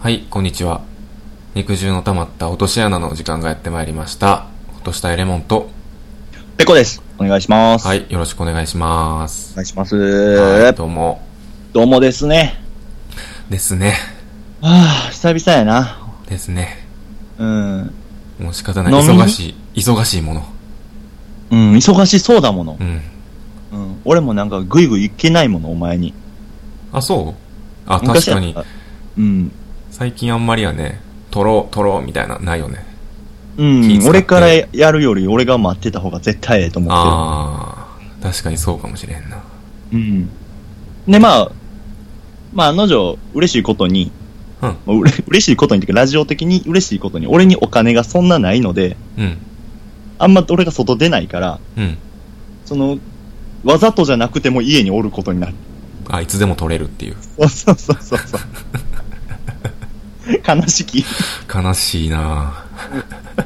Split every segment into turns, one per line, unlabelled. はい、こんにちは。肉汁の溜まった落とし穴の時間がやってまいりました。落としたいレモンと、
ペコです。お願いします。。
はいい、よろしくお願いしま
お
す。
願いします。
はい、どうも。
どうもですね。
ですね。
はあ、久々やな。
ですね。
うん。
もう仕方ない。
飲みに
忙しい、忙しいもの。
うん、忙しそうだもの
う。ん。
うん。俺もなんかぐいぐい行けないもの、お前に。
あ、そうあ、確かに
昔やっ。た。うん。
最近あんまりはね、取ろう、取ろう、みたいな、ないよね。気
う
遣っ
ん。
て
俺からやるより俺が待ってた方が絶対ええと思っ
あー、確かにそうかもしれんな。
てる。うん。で、まあ、まあ、案の定、嬉しいことに、
うん
まあうれ嬉しいことにっていうか、ラジオ的に嬉しいことに、俺にお金がそんなないので、
うん、
あんま俺が外出ないから、
うん。
その、わざとじゃなくても家におることになる。
あ、いつでも取れるっていう。
そうそうそうそう。悲しき。
悲しいなぁ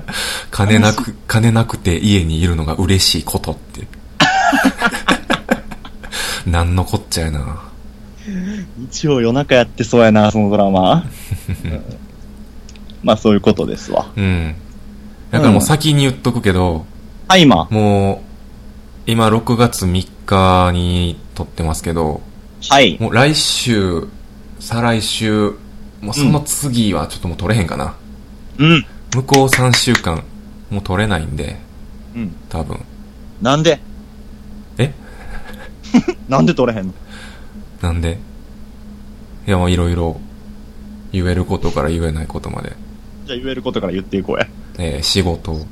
金なく、金なくて家にいるのが嬉しいこと って。なんのこっちゃやな
日曜夜中やってそうやな、そのドラマ。まあそういうことですわ。
うん。だからもう先に言っとくけど、
あ、今、
もう、今6月3日に撮ってますけど、
はい。
もう来週、再来週、もうその次はちょっともう撮れへんかな。
うん。
向こう3週間、もう撮れないんで、
うん。
多分。
なんで
え
なんで取れへんの
なんでいや、まあいろいろ、言えることから言えないことまで。
じゃあ言えることから言っていこうや。
えー仕事、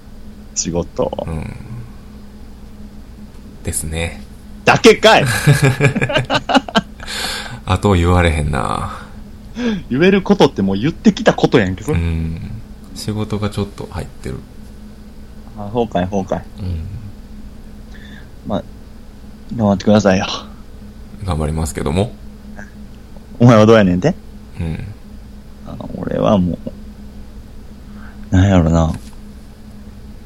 仕事。
うん。ですね。
だけかい
あと言われへんな
言えることってもう言ってきたことやんけ、そ、
うんん。仕事がちょっと入ってる。
あ、崩壊崩壊。
うん。
頑張ってくださいよ。
頑張りますけども。
お前はどうやねんて
うん。
あ俺はもう、なんやろな。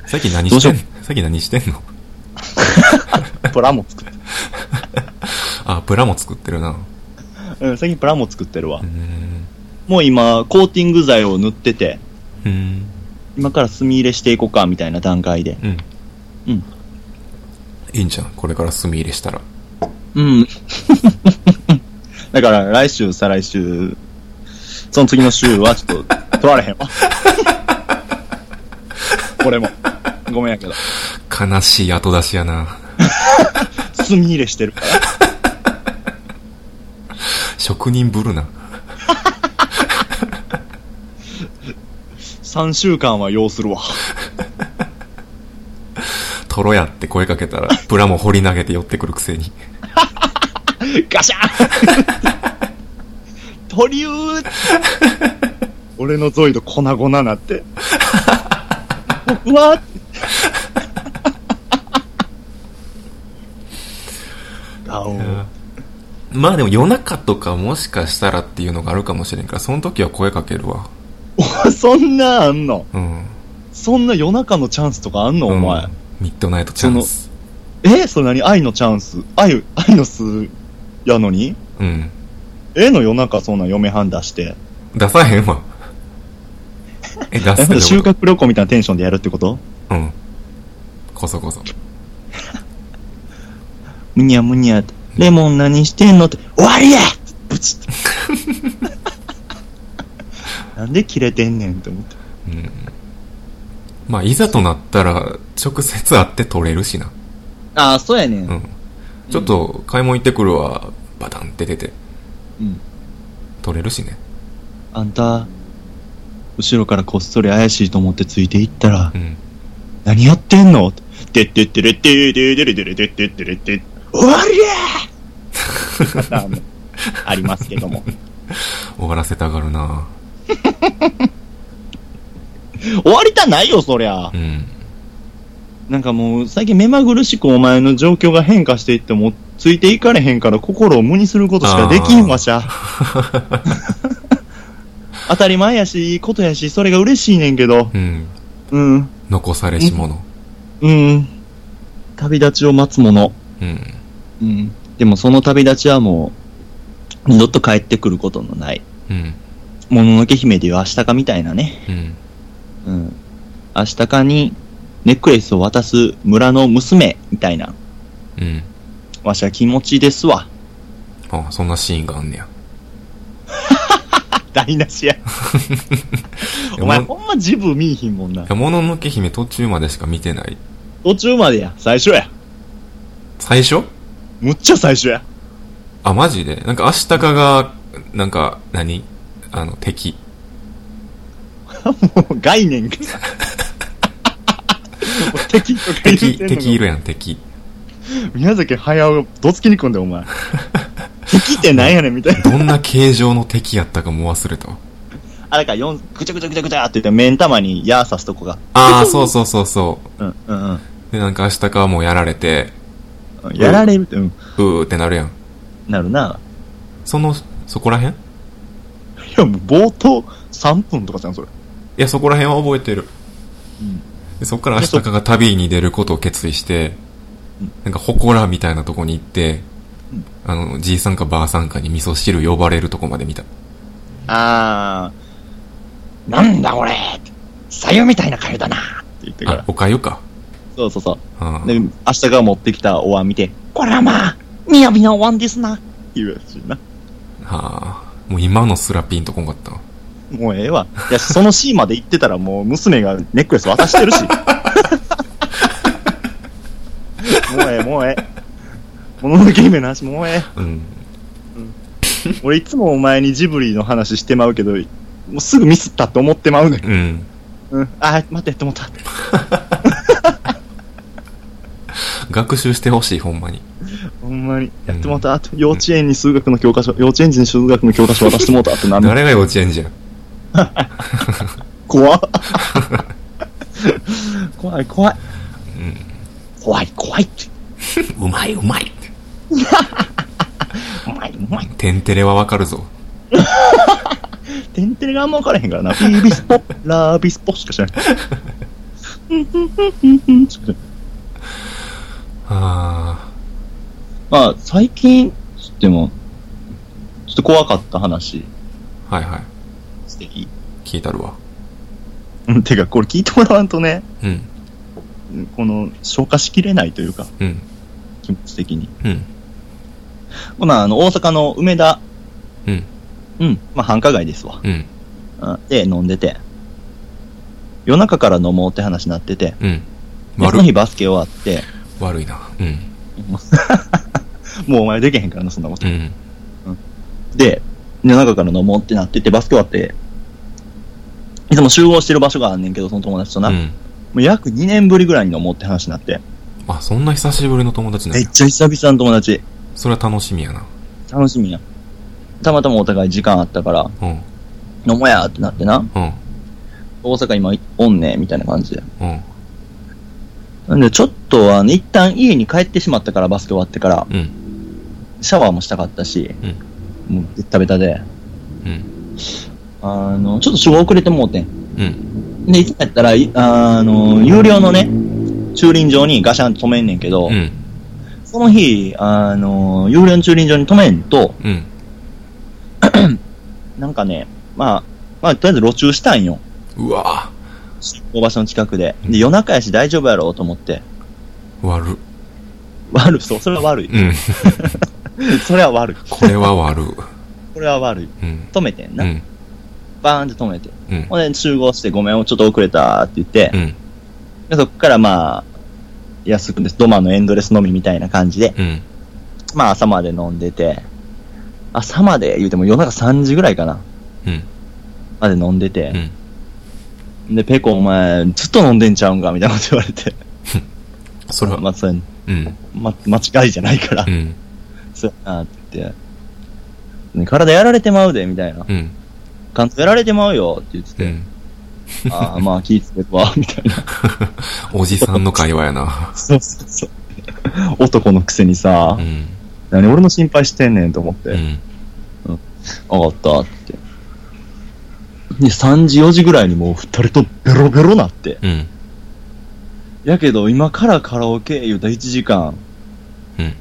さっき何してん
どう
さっき何してんの
プラも作って
あ、プラも作ってるな
うん、最近プラも作ってるわ
う。ん。
もう今、コーティング剤を塗ってて、
うん。
今から墨入れしていこうか、みたいな段階で。
うん。
うん。
いいんじゃん。これから墨入れしたら。
うん。 だから、来週、再来週、その次の週は、ちょっと、取られへ んわ。俺も。ごめんやけど。
悲しい後出しやな
墨入れしてるから。
職人ぶるな。
3週間は要するわ。
トロやって声かけたら、プラも掘り投げて寄ってくるくせに。
ガシャン トリュー俺のゾイド粉々なって。うわあお
まあでも夜中とかもしかしたらっていうのがあるかもしれんから、その時は声かけるわ。
そんなんあんの
うん。
そんな夜中のチャンスとかあんのお前
うん。ミッドナイトチャンス。
えそれ何愛のチャンス愛、愛の巣やのに
うん。
えの夜中そんな嫁はん出して。
出さへん わ。え、出す
え
って
収
こと
穫旅行みたいなテンションでやるってこと
うん。こそこそ。
むにゃむにゃって、レモン何してんのって、終わりや ブチッなんで切れてんねんって思って。
うん。まあ、いざとなったら、直接会って取れるしな。
ああ、そうやねん。
うん。ちょっと、買い物行ってくるわ。バタンって出て、
うん。
取れるしね。
あんた、後ろからこっそり怪しいと思ってついていったら
う、ん。
何やってんのって。でってってれってーでーでれでれでってってれって。終わりや またあのありますけども。
終わらせたがるな
終わりたないよ、そりゃ
う。ん。
なんかもう、最近目まぐるしくお前の状況が変化していっても、ついていかれへんから心を無にすることしかできんわしゃ。 当たり前やし、いいことやし、それが嬉しいねんけど、
うん。
うん、
残されし者。
うん。旅立ちを待つもの。
うん。
うん。でもその旅立ちはもう、二度と帰ってくることのない。
うん。
もののけ姫でいうアシタカみたいなね。
うん。
うん。アシタカにネックレスを渡す村の娘みたいな。
うん。
わしは気持ちですわ。
ああ、そんなシーンがあんねや。。
台無しや。お前ほんまジブ見いひんもんない
やもののけ姫途中までしか見てない。
途中までや。最初や。
最初
むっちゃ最初や。
あ、マジでなんか、アシタカが、なんか、何あの、敵。
もう概念がさ。もう 敵とか言って
敵、
んのが
敵いるやん、敵。
宮崎駿がどつきに来んだよ、お前。敵ってなんやねん、みたいな。
どんな形状の敵やったかもう忘れたわ。
あれか、四ぐちゃぐちゃぐちゃぐちゃって言って、目ん玉に矢刺すとこが。
ああ、そうそうそうそ
うん、うん、うん
う。で、なんか、アシタカはもうやられて、
うん。やられるって、うん。
うーってなるやん。
なるな。
その、そこら辺い
いや、もう冒頭3分とかじゃん、それ。
や、そこら辺は覚えてる。
うん。
でそっからアシタカが旅に出ることを決意して
うん、
なんか、祠みたいなとこに行って
うん、
あの、じいさんかばあさんかに味噌汁呼ばれるとこまで見た。
あー、なんだこれさゆみたいなカエルだなって言ってか
あ
ら、。
おかゆか。
そうそうそう。
あ
で、
ー
明日が持ってきたお椀見て、これはまあ、雅のお椀ですな。って言うやつな。
はあ。もう今のすらピンとこんかったわ。
もうええわ。いや、そのシーンまで行ってたらもう娘がネックレス渡して るし。もうええ、もうええ。もののけ姫の話もうえ
うん。
え。俺いつもお前にジブリの話してまうけど、もうすぐミスったって思ってまうねん。
うん。
うん。あ、待って、と思った。
学習してほしい、ほんまに。
ほんまに。やってもらった。あと、幼稚園に数学の教科書、幼稚園児に数学の教科書渡してもらったってなんで
誰が幼稚園児やん。
怖っ怖い、怖い。
う
怖い、怖いって。
ん。うまい、うまい。
うまい、うまい。
テンテレはわかるぞ。
てんてれがあんま分からへんからな。ビビスポ、ラービスポしか知らない。
あ
まあ、最近、でも、ちょっと怖かった話
あ。はいはい。
していい
聞いたるわ。
うんてか、これ聞いてもらわんとね、
うん。
うんこの、消化しきれないというか、
うん。
気持ち的に。
うん。
ほな、あの、大阪の梅田、
うん。
うん、まあ、繁華街ですわ。
うん。
うんで、飲んでて、夜中から飲もうって話になってて、
うん。
でその
悪
日
い。
バスケ終わって、
悪いな。うん。
もうお前できへんからな、そんなこと。
うん。
で、夜中から飲もうってなってて、バスケ終わって、いつも集合してる場所があんねんけど、その友達とな。
う
も
ん。
う約2年ぶりぐらいに飲もうって話になって、
あ、そんな久しぶりの友達な
め
ん
っ
や。
ちゃ久々の友達、
それは楽しみやな。
楽しみや。たまたまお互い時間あったから、
うん。
飲もうやってなってな、
うん。
大阪今おんねんみたいな感じで。
うん。
なんで、ちょっと、あの、一旦家に帰ってしまったから、バスケ終わってから、
うん。
シャワーもしたかったし、もうベッタベタで、
うん。
あの、ちょっと集合遅れてもうてん。
うん。
で、いつやったら、いあの、有料のね、駐輪場にガシャンと止めんねんけど、
うん。
その日、あの、有料の駐輪場に止めんと、
うん。
なんかね、まあ、まあ、とりあえず路駐したんよ。
うわ
お場所の近くで。で、夜中やし大丈夫やろうと思って。
ぁ。悪。
悪い、そう、それは悪い。
うん。
それは悪い。
これは悪。
これは悪い。
うん。
止めてん
う
な。
ん。
バーンって止めて。
うん。
ほんで、集合して、ごめん、ちょっと遅れたって言って、
うん。
でそっからまあ、安くんです。ドマのエンドレス飲みみたいな感じで、
うん。
まあ朝まで飲んでて、朝まで言うても夜中3時ぐらいかな、
うん。
まで飲んで
う
て、
ん。
で、ペコお前、ずっと飲んでんちゃうんかみたいなこと言われて、
それは、
まあ、それ、
うん。
ま、間違いじゃないから
う、ん。
そうやなって言って、ね体やられてまうで、みたいな。
うん。
貫通やられてまうよって言って
う
て、
ん。
ああ、まあ気ぃつけてわ、みたいな。
おじさんの会話やな。
そうそうそう。男のくせにさ
う、ん。
何俺の心配してんねんと思って。
うん。
上がったって。で、3時、4時ぐらいにもう二人とベロベロなって。
うん。
やけど、今からカラオケ言うたら1時間
うん。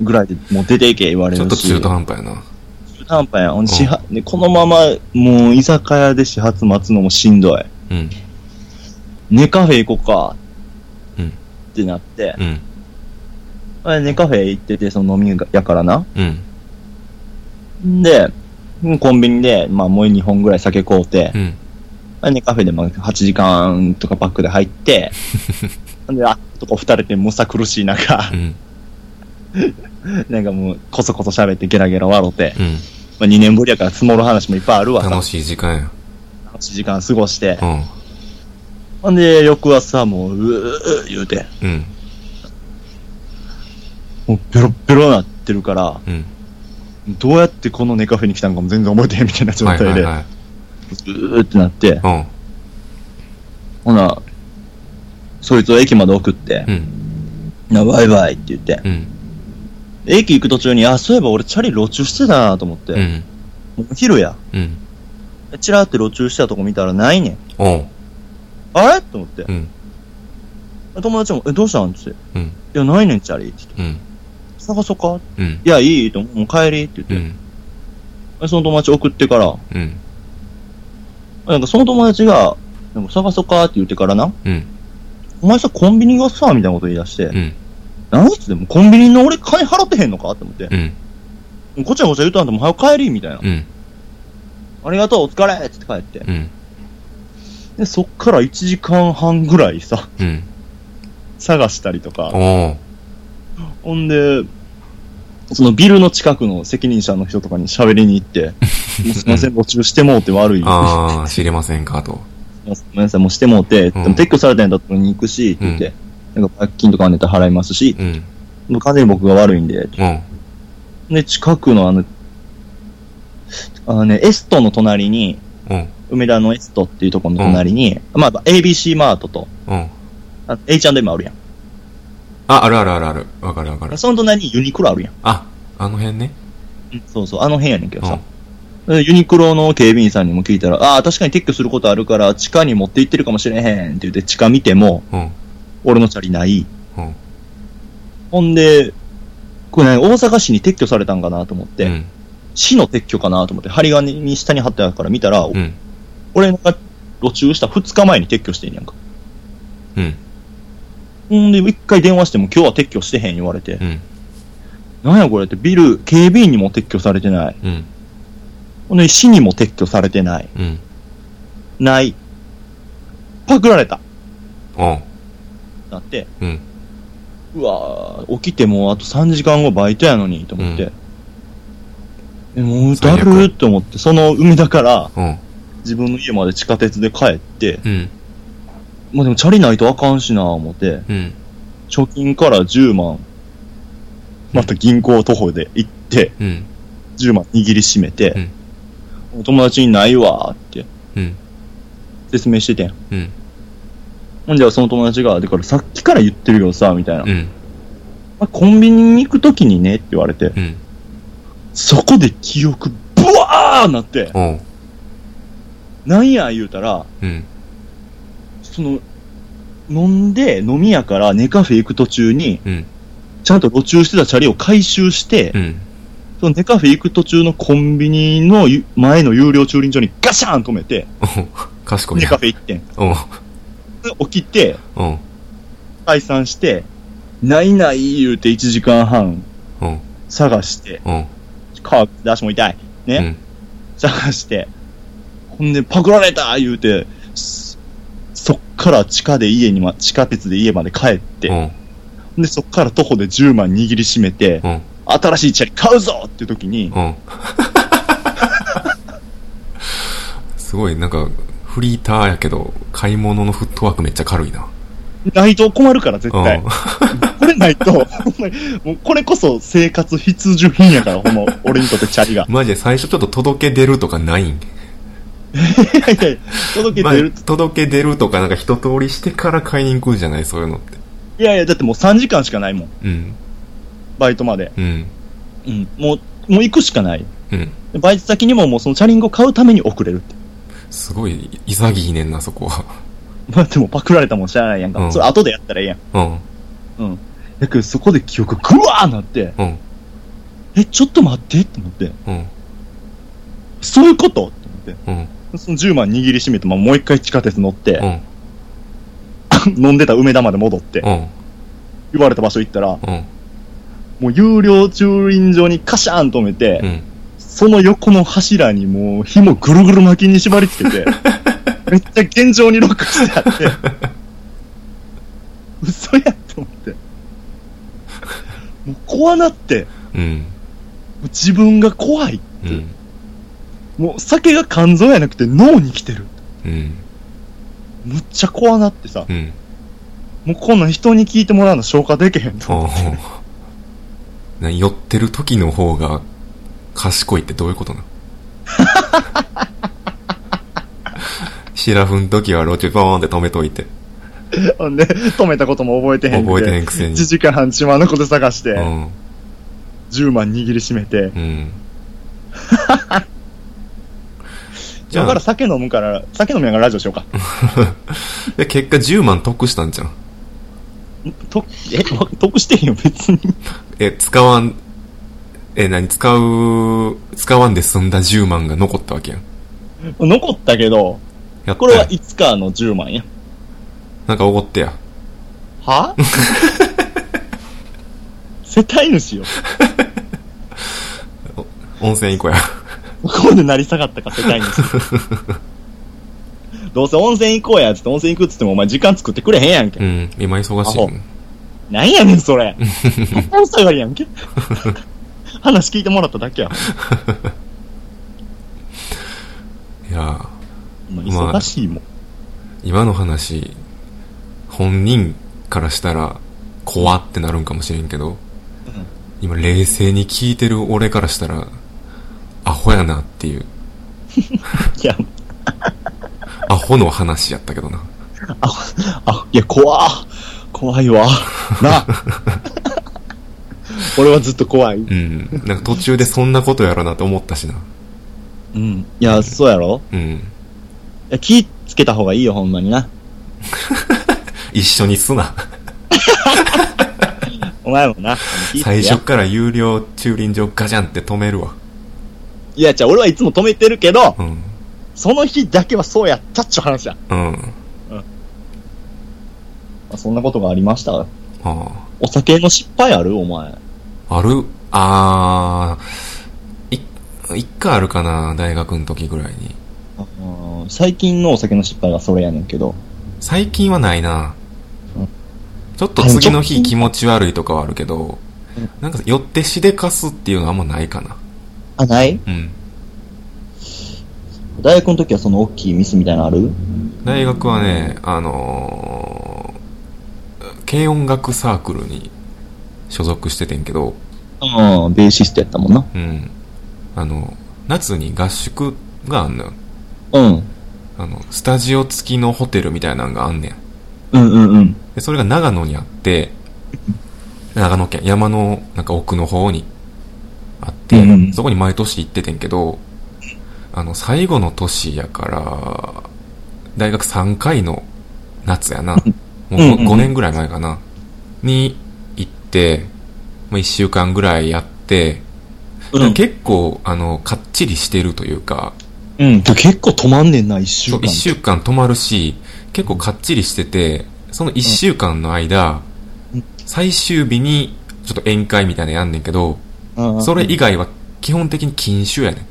ぐらいでもう出ていけ言われ
ちょっ
る
と
し。
中途半端やな。
中途半端やん。始発、ね、このまま、もう居酒屋で始発待つのもしんどい。
うん。
寝カフェ行こうか。
うん
ってなって、
うん。
あれ寝カフェ行ってて、その飲みやからな。
うん。
で、コンビニで、まあもう2本ぐらい酒買うて
う、ん。
あれ寝カフェでまあ8時間とかバックで 入って、で、あっとこう二人でむさ苦しい中
う、ん。
なんかもう、こそこそ喋ってゲラゲラ笑って、
うん。
まあ2年ぶりやから積もる話もいっぱいあるわ。
楽しい時間
楽しい時間過ごして、
や。
ほんで、翌朝もう、うー言うて、
うん。うん。
もうベロッベロなってるから、
うん。
どうやってこのネカフェに来たんかも全然覚えてへんみたいな状
は
態
い
で、
はいはい。
ずーってなって、
うん。
ほな、そいつを駅まで送って
う、ん。
なバイバイって言って、
うん。
駅行く途中に、あ、そういえば俺チャリ路中してたなと思って、
う
も
ん。
う昼や、
うん。
チラーって路中してたとこ見たらないねん。
おう。
あれと思って
う、ん。
友達も、え、どうしたんって言って、
うん。
いや、ないねん、チャリって言って、
うん。
探そうか
うん。
いや、いいと思う、もう帰りって言って
う、ん。
でその友達送ってから、
うん。
なんかその友達が、なんか探そうかって言ってからな、
うん。
お前さ、コンビニがさ、みたいなこと言い出して、
うん。
なんつってもコンビニの俺金払ってへんのかって思って、
うん。
ごちゃごちゃ言うとあんたもう早く帰りみたいな。
うん。
ありがとう、お疲れっつって帰って。
うん。
で、そっから1時間半ぐらいさ、
うん。
探したりとか、
おう。
ほんで、そのビルの近くの責任者の人とかに喋りに 行って、もうすいません、募集してもうて悪い。すいま
ああ、知れませんかと。
せんごめんなさい、もうしてもうて、
うん
でも撤去されたんだったらに行くし、って言って、なんか罰金とかはネタ払いますし、
うん。
もう完全に僕が悪いんで、
うん。
で、近くのあの、あのね、エストの隣に、
うん。
梅田のエストっていうところの隣に、まあ、ABC マートと、
うん。
あ H&M あるやん。
あ、あるあるあるある。わかるわかる。
その隣にユニクロあるやん。
あ、あの辺ね。
そうそう、あの辺やねんけどさ。
う
でユニクロの警備員さんにも聞いたら、ああー、確かに撤去することあるから、地下に持って行ってるかもしれへんって言って、地下見ても、
ん。うん。
俺のチャリない。
うん
ほんで、これね、大阪市に撤去されたんかなと思って、
うん。
市の撤去かなと思って、針金に下に貼ってあるから見たら、
うん。
俺が路中した2日前に撤去してんやんか。
うん。
ほんで、一回電話しても今日は撤去してへん言われて、
うん。
なんやこれってビル、警備員にも撤去されてない。
うん。
ほんで、市にも撤去されてない。
うん。
ない。パクられた。
おう。
なって、
うん。
うわー起きてもうあと3時間後バイトやのに、と思って。えもうだるーと思って、その海だから
うん。
自分の家まで地下鉄で帰って、
うん。
まあでもチャリないとあかんしな思って、
うん。
貯金から10万、また銀行徒歩で行って、
うん。
10万握りしめて、お友達にないわーって
うん。
説明しててん。
うん。
ほんじゃその友達が、だからさっきから言ってるよさ、みたいな。
うん。うん。
まあコンビニに行くときにねって言われて、
うん。
そこで記憶、ブワーなって、
おう。
なんや言うたら、
うん。
その、飲んで飲み屋からネカフェ行く途中に、
うん。
ちゃんと路中してたチャリを回収して、
うん。
そのネカフェ行く途中のコンビニのゆ前の有料駐輪場にガシャーン止めて、
おう。賢い
ネ
な
カ。フェ行ってん。
おう。
で起きて、
おう。
解散して、ないない言うて1時間半
おう。
探して、
おう。
か、出しも痛い。ね、
うん。
探して、ほんでパクられた言うて、そそっから地下で家にま、地下鉄で家まで帰って、
おう。
で、そっから徒歩で10万握りしめて、
おう。
新しいチャリ買うぞっていう時に、
うん。 すごい、なんか、フリーターやけど、買い物のフットワークめっちゃ軽いな。
ないと困るから絶
うん。。
対。これないと、ほんまに、もうこれこそ生活必需品やから、ほんま、俺にとってチャリが
マジで最初ちょっと届け出るとかないん
いやいやいや届けてる
まあ届け出るとかなんか一通りしてから買いに行くんじゃないそういうのって。
いやいや、だってもう3時間しかないもん。
うん。
バイトまで。
うん。
うん。もう、もう行くしかない。
うん。
でバイト先にももうそのチャリンコ買うために遅れるって。
すごい、潔いねんな、そこは。
まあでもパクられたもん知らないやんか。
うん
それ後でやったらええやん。
うん。
うん。だけどそこで記憶グワーなって、
うん。
え、ちょっと待ってって思って。
うん。
そういうことって
うん。
その10万握りしめて、まあ、もう一回地下鉄乗って
う、ん。
飲んでた梅田まで戻って
う、ん。
言われた場所行ったら、
うん。
もう有料駐輪場にカシャーン止めて、
うん。
その横の柱にもう紐ぐるぐる巻きに縛り付け て、めっちゃ現状にロックしてあって、嘘やと思って。もう怖なって、も
うん。
う自分が怖い。
うん。
もう酒が肝臓やなくて脳に来てる。
うん。
むっちゃ怖なってさ、
うん。
もうこんなん人に聞いてもらうの消化できへんと
お
思って。
ーな酔ってる時の方が賢いってどういうことなの シラフの時はロケボーンって止めといて。
ほんで、止めたことも覚えてへん
覚えてへんくせに
1時間半島のこと探して、
うん。
10万握りしめて、
うん。じ
だ
ゃ
から
あ、
酒飲むから、酒飲みながらラジオしようか。
で結果10万得したんじゃん。
と、え、わ得してへんよ、別に。
え、使わん、え、何使う、使わんで済んだ10万が残ったわけやん。
残ったけど、
やった
これは
やん
いつかの10万や。
なんかおごってや。
は世帯主よ。
温泉行こうや。
ここで成り下がったか、世帯主。どうせ温泉行こうや、つって温泉行くっつってもお前時間作ってくれへんやんけ
う。ん。今忙しいよね。
なんやねん、それ。本下がりやんけ。話聞いてもらっただけや。
いやー
お前忙しいもん。
今の話、本人からしたら、怖ってなるんかもしれんけど、今冷静に聞いてる俺からしたら、アホやなっていう、
いや、
アホの話やったけどな。
あ、いや、怖怖いわ。な。俺はずっと怖い。
うん。なんか途中でそんなことやらなと思ったしな。
うん。いや、そうやろ
うん。
いや、気つけた方がいいよ、ほんまにな。
一緒にすな。
お前もな。気つけ
最
や
初から有料駐輪場ガジャンって止めるわ。
いや、じゃあ俺はいつも止めてるけど、
うん。
その日だけはそうやったっちゅう話や。
うん。
まあそんなことがありました。
あ
お酒の失敗あるお前。
あ。あるあー。い、一回あるかな大学の時ぐらいに。
あのー最近のお酒の失敗がそれやねんけど。
最近はないな
うん
ちょっと次の日気持ち悪いとかはあるけど
うん、
なんか寄ってしでかすっていうのはあんまないかな。
あ、ない
うん。
大学の時はその大きいミスみたいなのある
大学はね、あのー、軽音楽サークルに所属しててんけど、
うん、ベーシストやったもんな。
うん。あの、夏に合宿があんのよ。
うん。
あの、スタジオ付きのホテルみたいなのがあんねん。
うんうんうん。
で、それが長野にあって、長野県、山の、なんか奥の方にあって、
うんうん
そこに毎年行っててんけど、あの、最後の年やから、大学3回の夏やな。もう
うんうん
5年ぐらい前かな。に行って、まあ、1週間ぐらいやって、
うん、
結構、あの、かっちりしてるというか、
うん、結構止まんねんな、一週
そう
間。
1週間泊まるし、結構かっちりしてて、その1週間の間、
うん
最終日にちょっと宴会みたいなのやんねんけど、
うん
それ以外は基本的に禁酒やねん。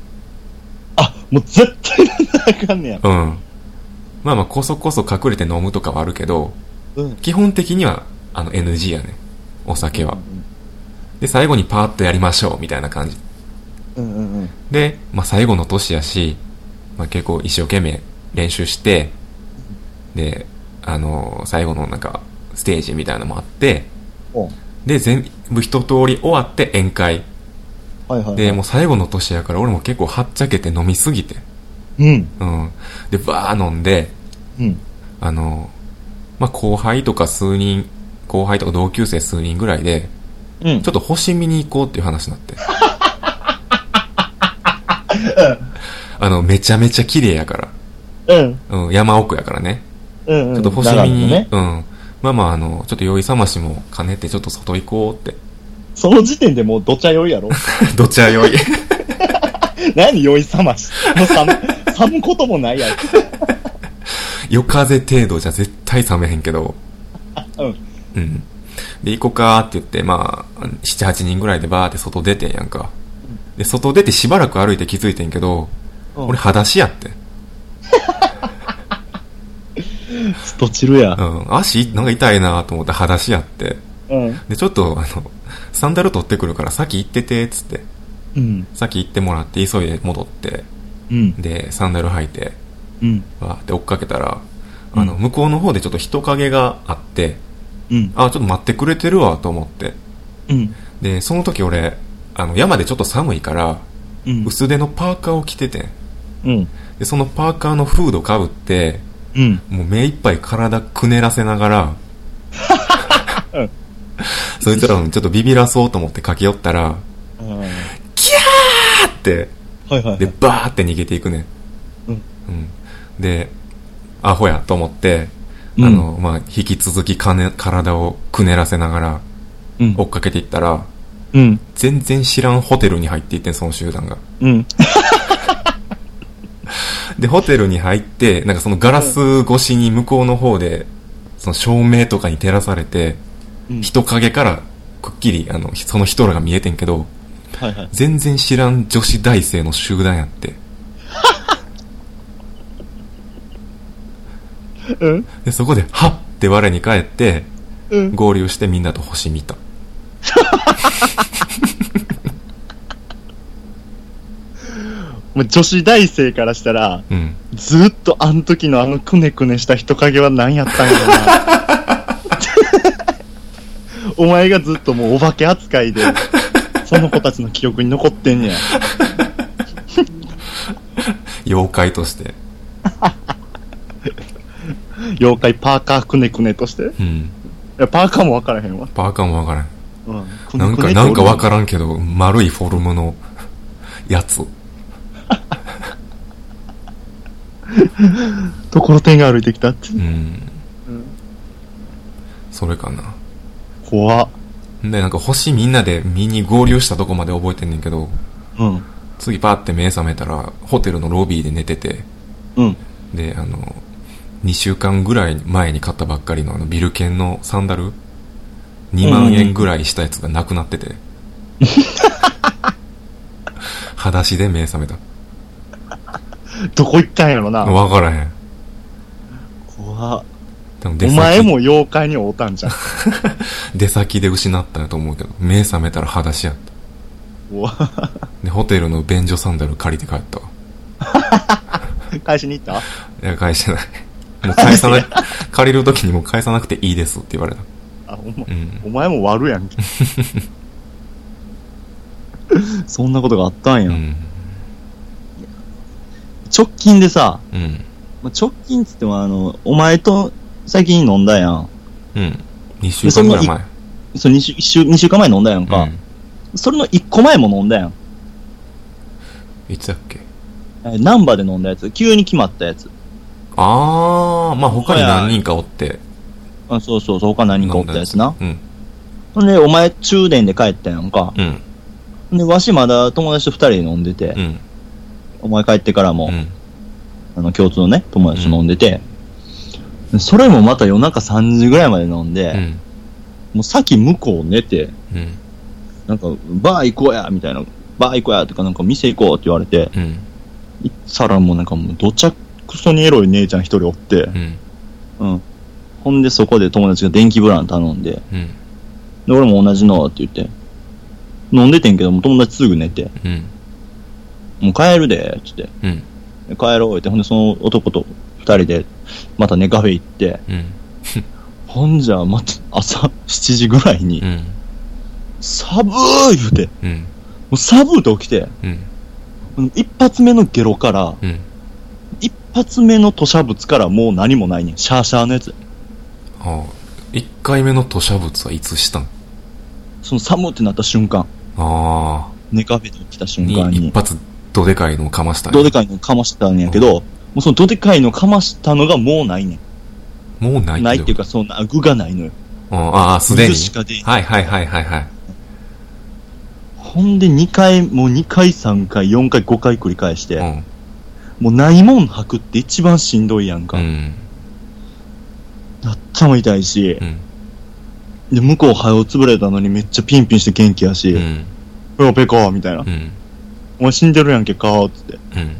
あ、もう絶対なんなあかんねや。
うん。まあまあ、こそこそ隠れて飲むとかはあるけど、
うん。
基本的には、あの、NG やねん。お酒は。で、最後にパーッとやりましょう、みたいな感じ。
うんうんうん。
で、まあ、最後の年やし、まあ、結構一生懸命練習して、で、あの、最後のなんか、ステージみたいなのもあって、
お
で、全部一通り終わって宴会。
はいはいはい。
で、もう最後の年やから俺も結構はっちゃけて飲みすぎて。
うん。
うん。で、バー飲んで、
うん。
あの、まあ、後輩とか数人、後輩とか同級生数人ぐらいで、
うん
ちょっと星見に行こうっていう話になって。あの、めちゃめちゃ綺麗やから。
うん。
うん、山奥やからね。
うんうん。
ちょっと星
長
見
野
に、
ね。
うん。まあまあ、あの、ちょっと酔い覚ましも兼ねて、ちょっと外行こうって。
その時点でもうどちゃ酔いやろ。
どっちゃ酔い。
何酔い覚まし。もう 寒、寒こともないやん。
夜風程度じゃ絶対冷めへんけど。
うん。
うん。で、行こうかって言って、まあ、7、8人ぐらいでバーって外出てんやんか。で、外出てしばらく歩いて気づいてんけど、
うん
俺裸足やってん。
ストチルや
う。ん。足、なんか痛いなと思って裸足やって。
うん。
で、ちょっと、あの、サンダル取ってくるから先行ってて、つって。
うん。
先行ってもらって、急いで戻って。
うん。
で、サンダル履いて、
うん。
わーって追っかけたら、あの、
うん
向こうの方でちょっと人影があって、
うん。
あ、ちょっと待ってくれてるわ、と思って。
うん。
で、その時俺、あの、山でちょっと寒いから、
うん。
薄手のパーカーを着ててん。
うん。
で、そのパーカーのフードかぶって、
うん。
もう目いっぱい体くねらせなが ら、そいつらをちょっとビビらそうと思って駆け寄ったら、
はい
パッて、
はいはい。
で、バーって逃げていくねん。
うん
うん。で、アホやと思って、あの、まあ、引き続きか、ね、体をくねらせながら
うん。
追っかけていったら、
うん。
全然知らんホテルに入っていってん、その集団が。
うん。
で、ホテルに入って、なんかそのガラス越しに向こうの方で、その照明とかに照らされて、
うん
人影からくっきり、あの、その人らが見えてんけど、
はいはい。
全然知らん女子大生の集団やって。
うん。
で、そこで、はっって我に返って、
うん。
合流してみんなと星見た。
もう女子大生からしたら、
うん。
ずーっとあの時のあのくねくねした人影は何やったんや ろな。お前がずっともうお化け扱いで、その子たちの記憶に残ってんねや。
妖怪として。
妖怪パーカーくねくねとして。い
うん。
や、パーカーもわからへんわ。
パーカーもわからん。
うん。
なんか、なんかわ
ん。
からんけど、丸いフォルムの、やつ。
ところてんが歩いてきたって。
うん。それかな。
怖っ。
で、なんか星みんなで見に合流したとこまで覚えてんねんけど、
うん。
次パーって目覚めたら、ホテルのロビーで寝てて、
うん。
で、あの、2週間ぐらい前に買ったばっかりのあのビルケンのサンダル、2万円ぐらいしたやつがなくなって て、裸足で目覚め
どこ行ったんやろ
た。
な。
わからへん。
怖っ。
多分出
お
先
前も妖怪に会うたんじゃん。
出先で失ったんやと思うけど、目覚めたら裸足やった。
怖っ
で、ホテルの便所サンダル借りて帰ったわ。
返しに行った
いや、返してない。もう返さない。借りる時にもう返さなくていいですって言われた。
あ、ほんま
う。ん。
お前も悪やんけ。 そんなことがあったんや。
うん。
直近でさ、
うん。
まあ、直近っつってもあの、お前と最近飲んだやん。
うん。2週間ぐらい前。
その2週、一週、二週間前飲んだやんか。
う
それの1個前も飲んだやん。
ん。いつだっけ
えナンバーで飲んだやつ。急に決まったやつ。
あー、まあ他に何人かおって。
あそうそうそう、他何人かおったやつな。
うん。
ほんで、お前中電で帰ったやんか。
うん。
ほんで、わしまだ友達と2人で飲んでて、
うん。
お前帰ってからも、
うん。
あの、共通のね、友達と飲んでて、それもまた夜中3時ぐらいまで飲んで、
うん。
もう先向こう寝て、
うん。
なんか、バー行こうやみたいな、バー行こうやとか、なんか店行こうって言われて、
うん。
行ったらもうなんかもう、どちゃくそにエロい姉ちゃん一人おって
う、ん。
うん。ほんでそこで友達が電気ブラン頼んで、
うん。
で、俺も同じのって言って、飲んでてんけども友達すぐ寝て、
うん。
もう帰るで、つって、
うん。
帰ろうって、ほんでその男と二人で、またね、カフェ行って、
うん。
ほんじゃ、また、朝7時ぐらいに
う、ん。
寒い言うて、も
うん。
う寒いと起きて、
うん。
一発目のゲロから、
うん。
一発目の吐砂物からもう何もないねん。シャーシャーのやつ。
あー。1回目の吐砂物はいつしたん
その寒ってなった瞬間、
あ
寝カフェで起きた
ー。
瞬間
に、
に
一、発、どでかいのをかましたね
どでかいのかましたんやけど、もうそのどでかいのかましたのがもうないね
もうないけ
ん。ない
ど
っていうか、そんな具がないのよ。
うんああ、すでに
具。しか出えへん
はいはいはいはいはい。
ほんで2回、もう2回、3回、4回、5回繰り返して、
うん。
もうないもん吐くって一番しんどいやん
う
か。
ん。
頭痛いし
う、ん。
で、向こう早う潰れたのにめっちゃピンピンして元気やし、
う。
うんペコペコみたいな
う。ん。
お前死んでるやんけ、顔つって。
うん。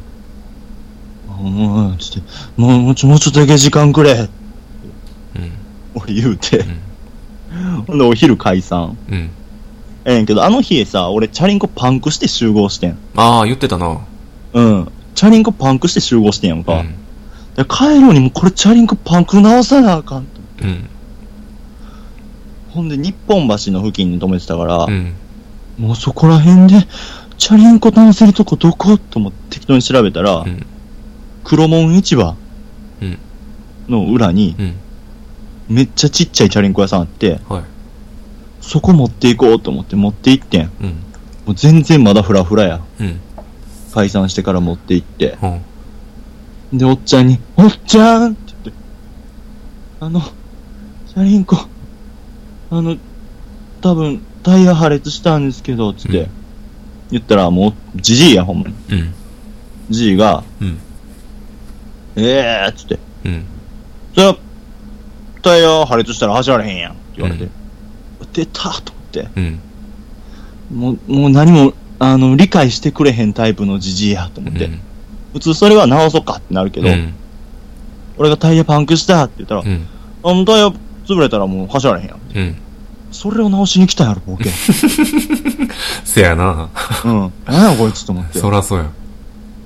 あもう、つって、もう、もうちょ、もうちょっとだけ時間くれ。
うん。
俺言うて
う。ん。
ほんで、お昼解散。
うん。
ええんやけど、あの日さ、俺、チャリンコパンクして集合してん。
ああ、言ってたな。
うん。チャリンコパンクして集合してんやん
う
か。
ん。
で帰るのにもうこれチャリンコパンク直さなあかんと。
うん。
ほんで、日本橋の付近に止めてたから、
うん。
もうそこら辺で、チャリンコ直せるとこどこと思って適当に調べたら、
うん。
黒門市場
うん
の裏に、
うん。
めっちゃちっちゃいチャリンコ屋さんあって、
はい。
そこ持っていこうと思って持って行ってん。
うん。
もう全然まだフラフラや。
うん。
解散してから持って行って。
うん。
で、おっちゃんに、おっちゃんって言って、あの、チャリンコ、あの、多分、タイヤ破裂したんですけど、つって、
うん
言ったら、もう、じじいや、ほんまに。
うん。
じじいが、
うん。
ええー、つって、
うん。
それは、タイヤ破裂したら走られへんやん、って言われて、
うん
出たと思って、
うん。
もう、もう何も、あの、理解してくれへんタイプのじじいや、と思って、
うん。
普通それは直そうかってなるけど、
うん。
俺がタイヤパンクしたって言ったら、
うん。
あのタイヤ潰れたらもう走られへんやん。
うん。
それを直しに来たやろ、ボケ。
せやな。
うん。何やこいつと思って。
そらそうや。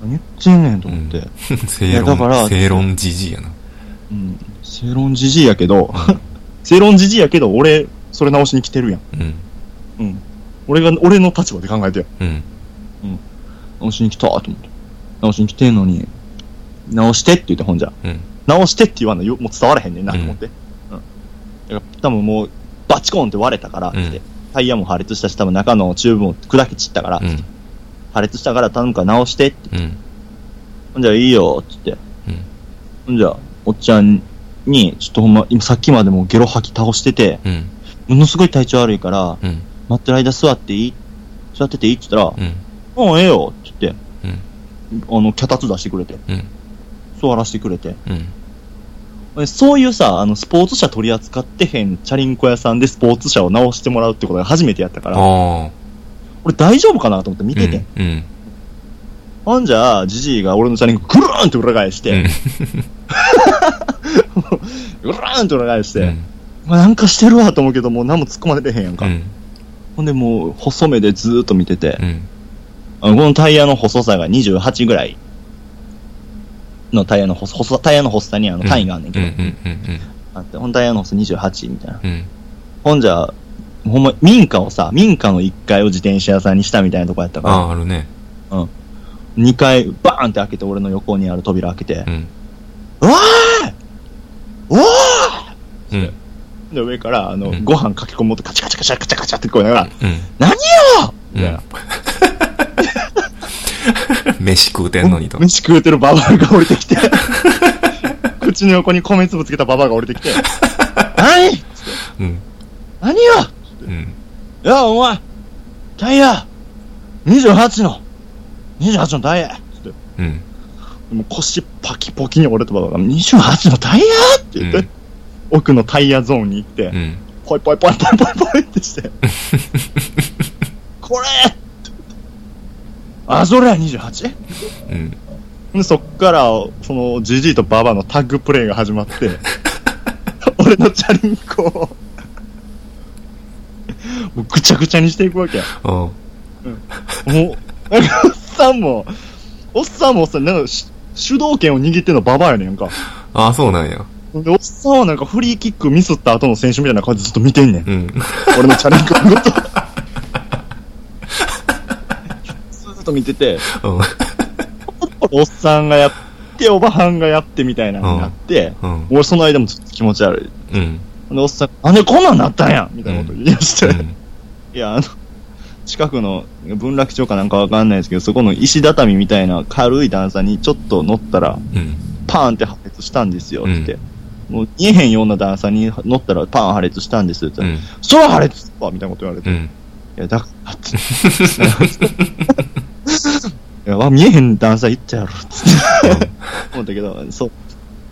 何言ってんねんと思って。
正
だから
論、正論じじいやな。
うん。正論じじいやけど、 正論じじいやけど、俺、それ直しに来てるやん。
うん。
うん。俺が、俺の立場で考えてよ。
うん。
直しに来たと思って。直しに来てんのに、直してって言って、ほんじゃ。
うん。
直してって言わんのよ、もう伝わらへんねんなと思って。うん。だから多分もう、バチコンって割れたから、
うん
ってタイヤも破裂したし、多分中のチューブも砕け散ったから、
うん。
破裂したから頼むから直してって。
うん。
ほんじゃ、いいよ、つって。
うん。
ほんじゃ、おっちゃんに、ちょっとほんま、今さっきまでもうゲロ吐き倒してて、
うん。
ものすごい体調悪いから、
うん。
待ってる間座っていい座ってていいって言ったら、
うん。
もうええよって言って、あの、脚立出してくれて、
うん。
座らせてくれて。
うん。
でそういうさ、あの、スポーツ車取り扱ってへんチャリンコ屋さんでスポーツ車を直してもらうってことが初めてやったから、
ああ。
俺大丈夫かなと思って見てて。
うん。
ほんじゃ、ジジイが俺のチャリンコぐるーんって裏返し
うん。
て、ぐるーんって裏返して、
うん。
まあ、なんかしてるわと思うけど、もう何も突っ込まれてへんやんか。
うん。
ほんでもう、細目でずーっと見てて
う、ん。
あのこのタイヤの細さが28ぐらいのタイヤの細、細タイヤの細さにあの単位があんねんけ
うん。
ど、
うん。うん。
あって、ほんタイヤの細さ28みたいな。
うん。
ほんじゃ、ほんま、民家をさ、民家の1階を自転車屋さんにしたみたいなとこやった
あ
か
あ、あるね。
ら、2階、バーンって開けて、俺の横にある扉開けて
う、ん。
うわーいおー
うん。
で、上から、あの、
うん
ご飯かき込もうとカチャカチャカチャカチャカチャって聞こえながら、
うん。
何よみたいな。
飯食うてんのにと。
飯食うてるババアが降りてきて、 口の横に米粒つけたババアが降りてきて、何
うん。
何よ
うん。
いや、お前、タイヤ、28の、28のタイヤつって、
うん。
もう腰パキポキに折れたババアが、28のタイヤって言って、
うん
奥のタイヤゾーンに行って、
うん。
ポイポイポイポイポイポイっ てして、これって言ってあ、それや 28?
うん。
で、そっから、その、ジジイとババアのタッグプレイが始 まって、俺のチャリンコを、もうぐちゃぐちゃにしていくわけや。
あ
もう、なんか、おっさんも、おっさんもおっさん、なんかし、主導権を握ってんのババアやねんか。
あ、そうなんや。
で、おっさんはなんかフリーキックミスった後の選手みたいな感じでずっと見てんねん。
うん。
俺のチャリンコのこと。 ずっと見てて、おっさんがやって、おばはんがやってみたいなのになって、
うん。
俺その間もずっと気持ち悪い。
うん。
で、おっさん、なんでこんなんなったんやみたいなこと言い出して、いや、あの、近くの文楽町かなんかわかんないですけど、そこの石畳みたいな軽い段差にちょっと乗ったら、
うん。
パーンって破裂したんですよ、
うん
って。もう見えへんような段差に乗ったらパーン破裂したんですって
う
言っ
ん。
たら、そら破裂すっわみたいなこと言われて。
うん。
いや、だから、つって。いやわ見えへん段差いっちゃうやろ、つって。思ったけど、そう、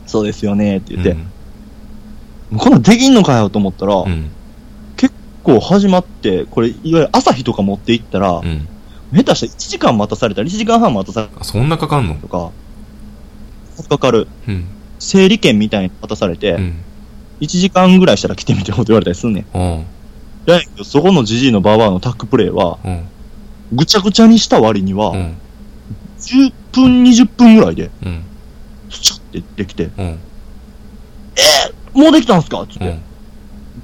そうですよね、って言って。もうこんなんできんのかよと思ったら、
うん。う
結
ん。
構始まって、これ、いわゆる朝日とか持っていったら、
うん。
下手したら1時間待たされたり、1時間半待たされたり
あ、そんなかかんの
とか、かかる、
うん。
整理券みたいに渡されて、
うん。
1時間ぐらいしたら来てみてよって言われたりすんねん。
あ
だけど、そこのジジイのババアのタックプレイは、
あ。うん。
ぐちゃぐちゃにした割には、
うん。
10分、20分ぐらいで、
うん。
スチャってできて、
うん。
もうできたんすかつって、
うん。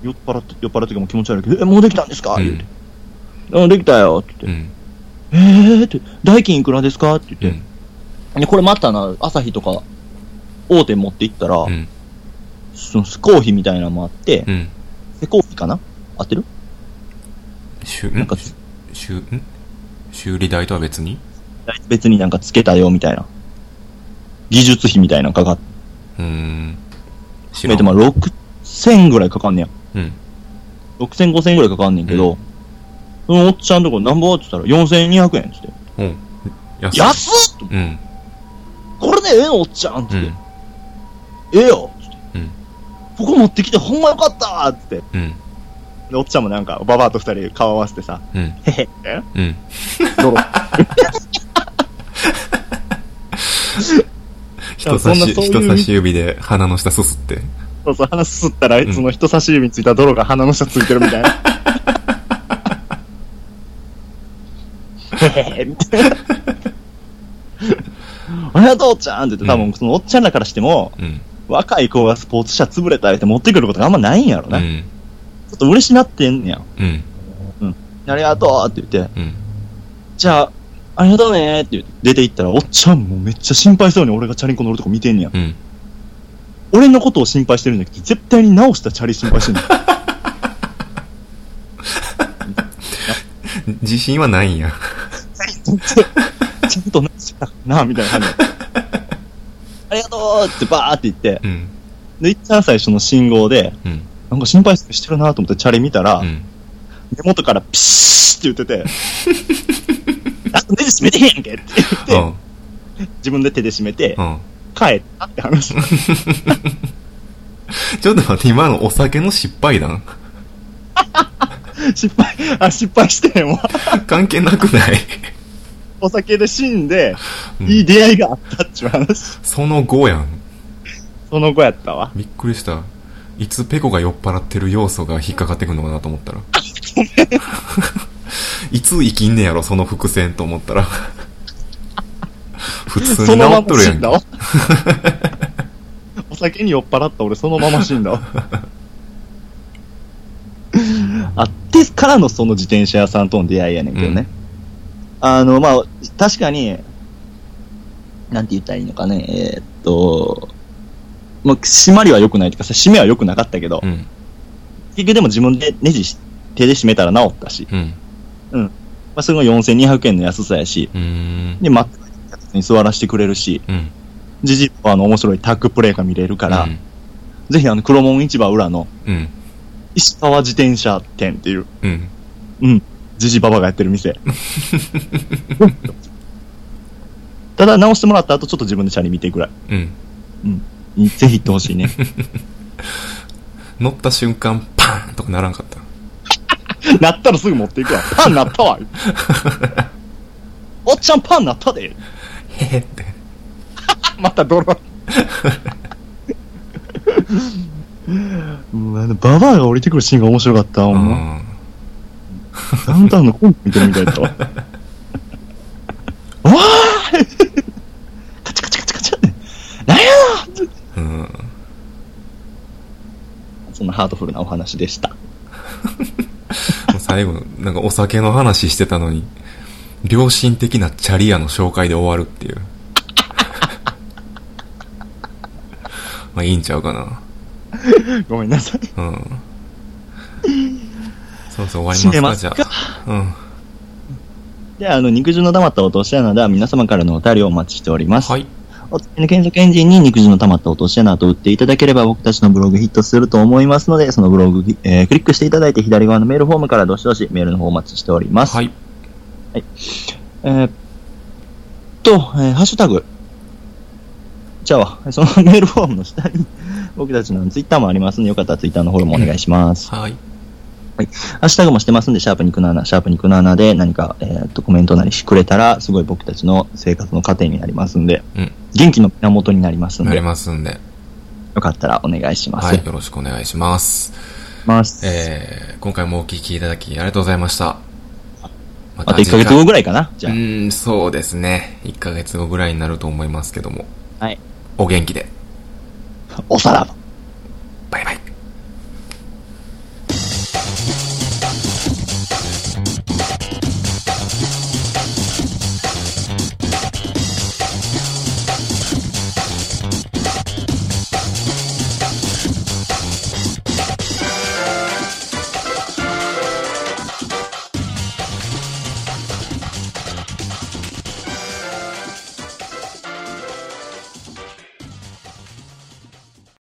酔っ払って、酔っ払ってかもう気持ち悪いけど、え、もうできたんですか、
う
言うんて。。うん、できたよって言って、
うん。
えーって、代金いくらですかって
う
言って、
ん。
でこれまたな、朝日とか、大手持って行ったら、
うん。
その、コーヒーみたいなのもあって、
うん。
でコーヒーかな合ってる
しゅ、
なん
ん
か、
しゅ、ん修理代とは別に
別になんかつけたよ、みたいな。技術費みたいなのかかって、
うーん。知
まあ、6000ぐらいかかんねや。
うん。
6000、5000ぐらいかかんねんけど、そのおっちゃんとこなんぼって言ったら4200円っつって。
うん。安い
安っと
うん。
これでええのおっちゃんっつ
う
って。
ん。
ええよっつって。
うん
ここ持ってきてほんまよかったっつって。
うん。
で、おっちゃんもなんか、ババアと二人顔合わせてさ、
うん。
へへみたいな。
うん。
ドロ
人差
そんな
し、
そういう
人差し指で鼻の下すすって。
そうそう、鼻すすったら、
ん
その人差し指についた泥が鼻の下ついてるみたいな。へ へみたいな。ありがとう、おっちゃんって言って、多分そのおっちゃんらからしても、
うん。
若い子がスポーツ車潰れたりして持ってくることがあんまないんやろ
う
な。ち
ん。
ょっと嬉しなってんねや。
うん。
ありがとうって言って、
うん。
じゃあ、ありがとうねって言って出て行ったら、おっちゃんもめっちゃ心配そうに俺がチャリンコ乗るとこ見てんねや。
うん。
俺のことを心配してるんじゃなくて、絶対に直したチャリ心配してんねん。
自信はないんや。
ちゃんとなっちゃうな、みたいな感じだった。ありがとうってばーって言って、
うん。
で、一番最初の信号で、
うん。
なんか心配してるなと思ってチャリ見たら、
うん。
根元からピシーって言ってて、あとネジ閉めてへんやん
う
けって言って、
ん。
自分で手で閉めて
う、ん。
帰ったって話。
ちょっと待って、今のお酒の失敗談
失敗、あ、失敗してへんわ。
関係なくない
お酒で死んで、
うん
いい出会いがあったっていう話。
その後やん。
その後やったわ。
びっくりした。いつペコが酔っ払ってる要素が引っかかってくんのかなと思ったら。 いつ生きんねやろ、その伏線と思ったら。 普通
そ
に
の
治
ま
っと
ま
る
死
やん
ん
け
だ。わ。 お酒に酔っ払った俺そのまま死んだわ。あってからのその自転車屋さんとの出会いやねんけどね。あの、まあ、確かに、なんて言ったらいいのかね、えーっと、まあ、締まりは良くないというかさ、締めは良くなかったけど、
うん、
結局でも自分でネジし手で締めたら治ったし、
うん、
まあ、それが4200円の安さやし、
うーん、
で、マットに座らせてくれるし、
うん。
ジジイはあの面白いタッグプレイが見れるから、
うん、
ぜひあの黒門市場裏の
うん、
石川自転車店っていう、
うん。
うん、ジジイババがやって る店。ただ直してもらった後ちょっと自分でチャリ見てぐら
うん
い。ぜひ行って ほしいね。
乗った瞬間、パーンとかならんかった。
なったらすぐ持っていくわ。パンなっ たわ。おっちゃんパンなったで。
へへって。
また泥。 もうあのババアが降りてくるシーンが面白かった。ほ
うん
ま
ん。
ダウンタウンのコント見てるみたいだ ったわ。わーカチャカチャカチャカチャって。なんや
うん。
そんなハートフルなお話でした。
もう最後、なんかお酒の話してたのに、良心的なチャリアの紹介で終わるっていう。 まあいいんちゃうかな。
ごめんなさい。
うん。そうそう、終わります
閉め
か、
ます
じゃ
か
あ。うん。
では、あの、肉汁の溜まった落とし穴では皆様からのお便りをお待ちしております。
はい。
お付きの検索エンジンに肉汁の溜まった落とし穴と打っていただければ僕たちのブログヒットすると思いますので、そのブログ、えークリックしていただいて左側のメールフォームからどしどしメールの方お待ちしております。
はい。
えーっと、えーハッシュタグ。じゃあ、そのメールフォームの下に、僕たちのツイッターもありますんで、よかったらツイッターのフォローもお願いします。
はい。
ハッシュタグもしてますんで、シャープ肉の穴、シャープ肉の穴で何か、えーっと、コメントなりしてくれたら、すごい僕たちの生活の糧になりますんで、
うん
元気の源になりますん
な
で、
り
よ
ますんで。
かったらお願いします。
はい。よろしくお願いします。
ます
えー、今回もお聞きいただきありがとうございました。ま
あと1ヶ月後ぐらいかな、じ
う
ゃあ。
ーん、そうですね。1ヶ月後ぐらいになると思いますけども。
はい。
お元気で。
おさらば。
バイバイ。